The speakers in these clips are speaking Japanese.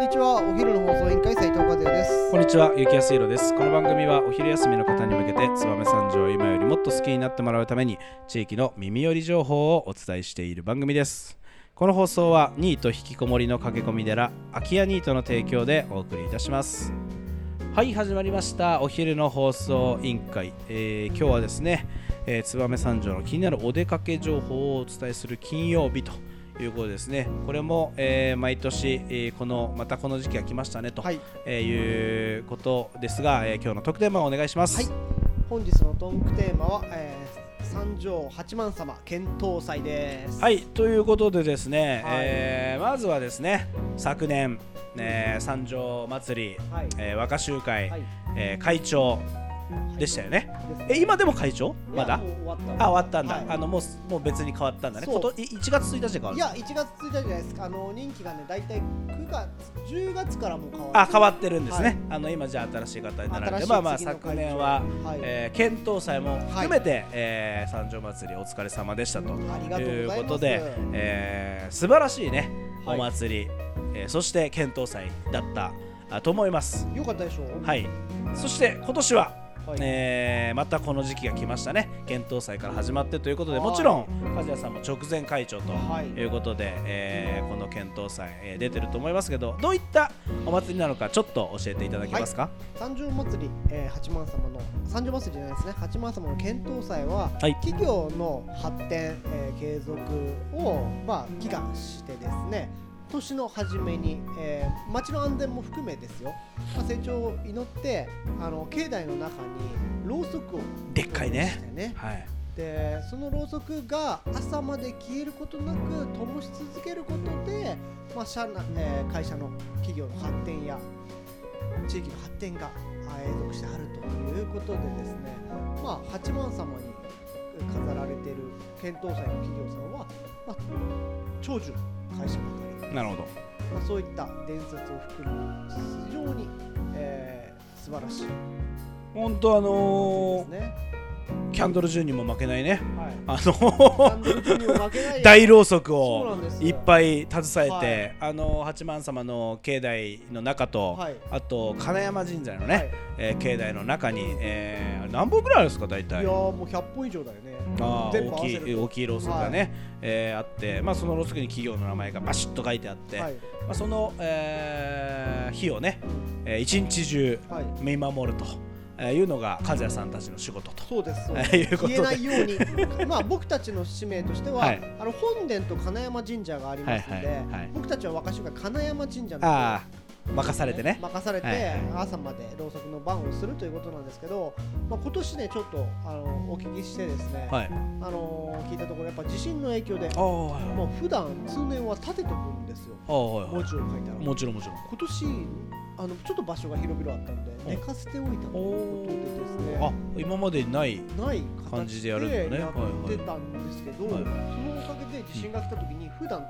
にちはお昼の放送委員会斉藤和也ですこんにちは、ゆきやすいろです。この番組はお昼休みの方に向けて、燕三条を今よりもっと好きになってもらうために、地域の耳寄り情報をお伝えしている番組です。この放送は、ニート引きこもりの駆け込み寺、空き家ニートの提供でお送りいたします。はい、始まりました。お昼の放送委員会。えー今日はですね、えー燕三条の気になるお出かけ情報をお伝えする金曜日と。いうことですねこれも、えー毎年、えーこのまたこの時期が来ましたねと、はいえーいうことですが、えー今日の特典もお願いします。はい本日のトークテーマは、えー、三条八幡様検討祭ですはいということでですね、はいえーまずはですね昨年、えー三条祭り、はいえー和歌集会、はいえー会長でしたよね。え今でも会長まだいやもう終わったあ終わったんだ、はいあのもうもう別に変わったんだねそうことい1月1日で変わるいや1月1日じゃないですかあの任期がね大体9月10月からもう変わるあ変わってるんですね、はいあの今じゃあ新しい方になられ新していまあまあ次の会長昨年は、はいえー検討祭も含めて、えー三条祭りお疲れ様でしたとありがとういうございますことで、えー素晴らしいねはおい祭り、えーそして検討祭だったあと思いますよかったでしょははいそして今年は、はいえーまたこの時期が来ましたね検討祭から始まってということでもちろん和也さんも直前会長とはいいうことで、えーこの検討祭、えー出てると思いますけどどういったお祭りなのかちょっと教えていただけますか三条祭り、えー八幡様の三条祭りじゃないですね八幡様の検討祭は、はい企業の発展、えー継続を、まあ、祈願してですね年の初めに、えー町の安全も含めですよ、まあ、成長を祈ってあの境内の中にろうそくをでっかいねしてねはいでそのろうそくが朝まで消えることなく灯し続けることで、まあ社内えー会社の企業の発展や地域の発展があ永続してあるということでですね、まあ、八幡様にえー飾られている検討祭の企業さんは、まあ、長寿の会社ばかりなるほどまあ、そういった伝説を含む非常に、えー素晴らしい本当あでのすね。ーキャンドル10人も負けないねはい あの 大ろうそくそうなをんですよいっぱい携えはいて、あの八幡様の境内の中と、はいあと金山神社のね、はいえー境内の中に、えー何本ぐらいあるんですか大いや体ーもう100本以上だよね。あー全部合大わきせるい大きいろうそくがね、えーあって、まあ、そのろうそくに企業の名前がバシッと書いてあって、はいまあ、その、えー日をね、えー一日中はい。見守るとえーいうのが和也さんたちの仕事と。そうです。そうで いうこすとで言えないように、まあ 僕たちの使命としては、はいあの本殿と金山神社がありますので、はいはいはい僕たちは若衆が金山神社のああ任されてね。任されて、はいはい朝までろうそくの番をするということなんですけど、まあ今年ねちょっとあのお聞きしてですね、はい、あの聞いたところやっぱ地震の影響で、ああはいもう普段通年は立てとくんですよ。ああはいは文字を書いたら。いもちろんもちろん。今年あのちょっと場所が広々あったのでは寝いかせておいたということでですね。あ今までにないない感じでやるんだねやってたんですけど、はいはいそのおかげで地震が来た時に普段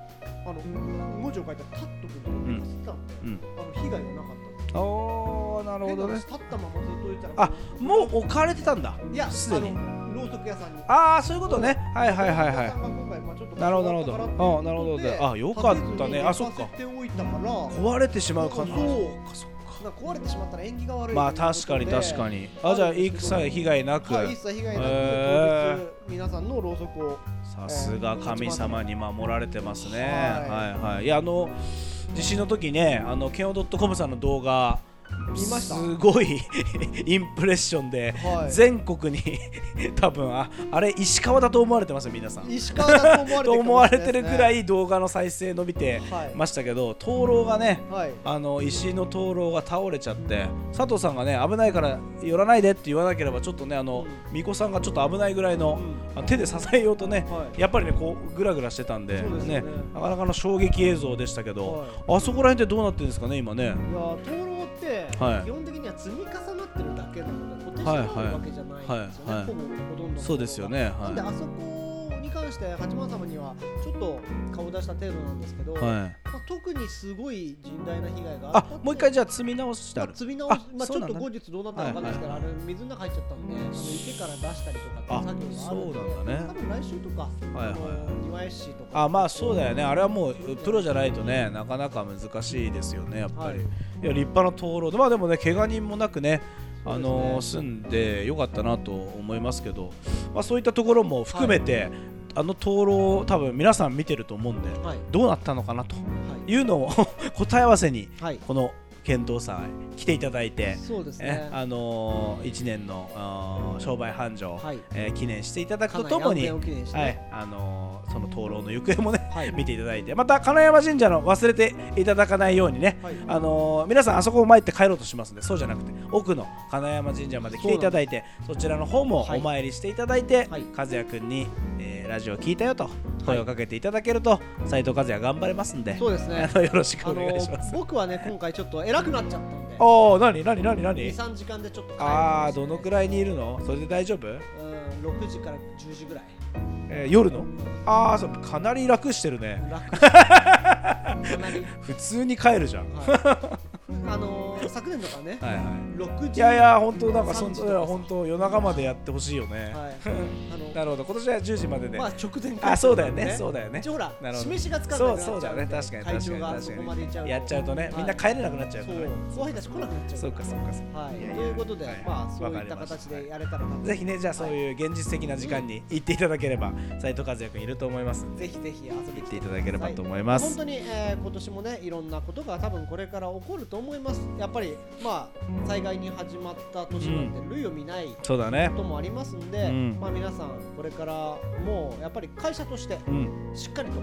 あの文字を書いたら立っとくのに立ってたんで、うんあの被害がなかったんですあーなる変な話立ったままずっと置いたらあもう置かれてたんだいやすでにあのろうそく屋さんにああそういうことねはいはいはいろうそく屋さはんが今回まあちょっとなるほどなるほど場所があったからっていうことであなるほどあよかったねあそっか立てずに寝かせておいたからい壊れてしまうかなそうかそうなんか壊れてしまったら縁起が悪いまあ確かに確かににあじゃあ一切被害なくはい、一切被害なく、へ当日皆さんのろうそくをさすが神様に守られてますねははいはいいやあの地震の時ねあのケンオドットコムさんの動画見ましたすごい インプレッションではい全国に 多分ああれ石川だと思われてますよ皆さん石川だと思われてるかもしれないですね、と思われてるぐらい動画の再生伸びてはいましたけど灯籠がねはいあの石井の灯籠が倒れちゃって佐藤さんがね危ないから寄らないでって言わなければちょっとねあの巫女さんがちょっと危ないぐらいのあの手で支えようとねはいやっぱりねこうグラグラしてたんでそうですよねねなかなかの衝撃映像でしたけどあそこら辺ってどうなってるんですかね今ねいやー灯籠ってはい基本的には積み重なってるだけなので固定してあるわけじゃないんですよね、はいはいはいほぼほとんどのところがそうですよねなはんいであそこに関関して八幡様にはちょっと顔出した程度なんですけど、まはいあ、特にすごい甚大な被害があったあもう一回じゃあ積み直してあまるあ、積み直しあまあ、ちそうょなっんだと後日どうなったのかわかんないですから、あれ水の中入っちゃったんで、あの池から出したりとかあっていう作業があるそうんで、なんだね多分来週とか、はいはいあの庭石とか、あまあそうだよねあれはもうプロじゃないとねなかなか難しいですよねやっぱり、はいい、や立派な灯籠でまあでもね怪我人もなくねあのそ住んでよかったなと思いますけど、まあ、そういったところも含めて、あの灯籠を多分皆さん見てると思うんではい、どうなったのかなとはい、いうのを 答え合わせにはい、この検討さん来ていただいて、そうですえね。あのー、1年のあー商売繁盛、はい、えー記念していただくとともにかなり安全を記念してはいあのーその灯籠の行方もね、はい 見ていただいてまた金山神社の忘れていただかないようにね、はいあのー皆さんあそこを参って帰ろうとしますんでそうじゃなくて奥の金山神社まで来ていただいてそちらの方もはいお参りしていただいて、はい和也くんに、えーラジオ聞いたよと声をかけていただけると斎、藤和也頑張れますんでそうですねあ。の よろしくあおの願いします。僕はね今回ちょっと偉くなっちゃったんで、おお何何何二何三時間でちょっと帰るんですよね、ああどのくらい？らいにいるのそれで大丈夫、うん、六時から十時ぐ らい。えー夜のああそうかなり楽してるね楽。かなり。普通に帰るじゃん。はい、あのー、昨年とかね、はいは六い。時。いやいや、本当なんか、そ3ん時そとれかは本当夜中までやってほしいよね。はい。あの なるほど、今年は10時までで。まあ直前あ、そうだよね、そうだよね一。応ほらなるほど示しがつかそなう、くなっちゃそうだよね、んで確かに、確会長かがに、そ確こかまで行っちゃうに。とやっちゃうとね、みんな帰れなくなっちゃうかそらねう。後輩たち来なくなっちゃうそうか、そうか。そうかはいいやいやということではいまあそうわいかっりたました形でやれたらなとぜひね、じゃあ、そういう現実的な時間に行っていただければ、斉藤和也君いると思いますんで。ぜひぜひ遊びに来行ってていいたただだけけれればばとと思いまます本当に、えー今年もねいろんなことが多分これから起こると思いますやっぱりまあ災害に始まった年なんて類を見ないそうだねこ。ともありますんで、うんまあ皆さんこれからもうやっぱり会社としてうん、しっかりと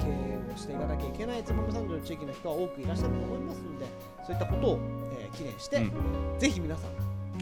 経営をしていかなきゃいけない燕三条の地域の人は多くいらっしゃると思いますのでそういったことを、えー、記念して、うぜひ皆さん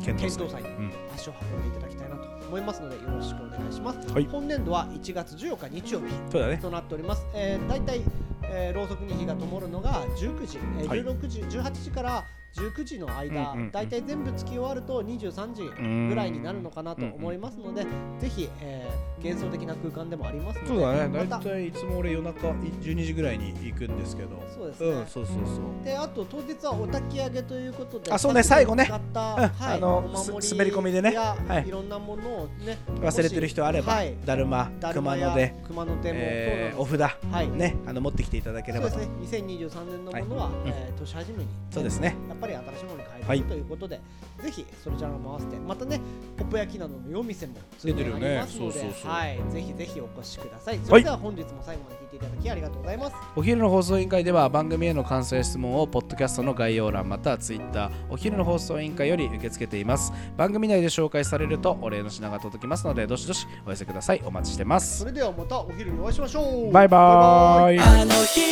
検検討する討。祭にうん、足を運んでいただきたいなと思いますのでよろしくお願いします、はい本年度は1月14日日曜日そうだね。となっております、えー、大体、えー、ろうそくに火が灯るのが19時、えーはい16時18時から19時の間、うんうんうん大体全部つき終わると23時ぐらいになるのかなと思いますので、ぜひ、えー、幻想的な空間でもありますのでそうだね、ま大た体いつも俺夜中12時ぐらいに行くんですけど。そうですね、うん、そうそうそう。であと当日はお焚き上げということであそうね各地で最後ね使った、うんはい、あのお守す滑り込みでねやはいい、ろんなものをね忘れてる人あれば、もしはいだるま、だる熊まや野で、熊野手も、えーそうお札、なんですはいね、あの持ってきていただけそれうでばとす。ね2023年のものは、はいうんえー年始めにそうですね。やっぱり新しいものに変える、はいということでぜひそれじゃあも合わせてまたねポップ焼きなどの夜店も出てるよねありますのでそうそうそうはいぜひぜひお越しくださいそれでは本日も最後まで聞いていただきありがとうございますお昼の放送委員会では番組への感想や質問をポッドキャストの概要欄またはツイッターお昼の放送委員会より受け付けています番組内で紹介されるとお礼の品が届きますのでどしどしお寄せくださいお待ちしてまそすれではまたお昼にお会いしましょうバイバーイあの日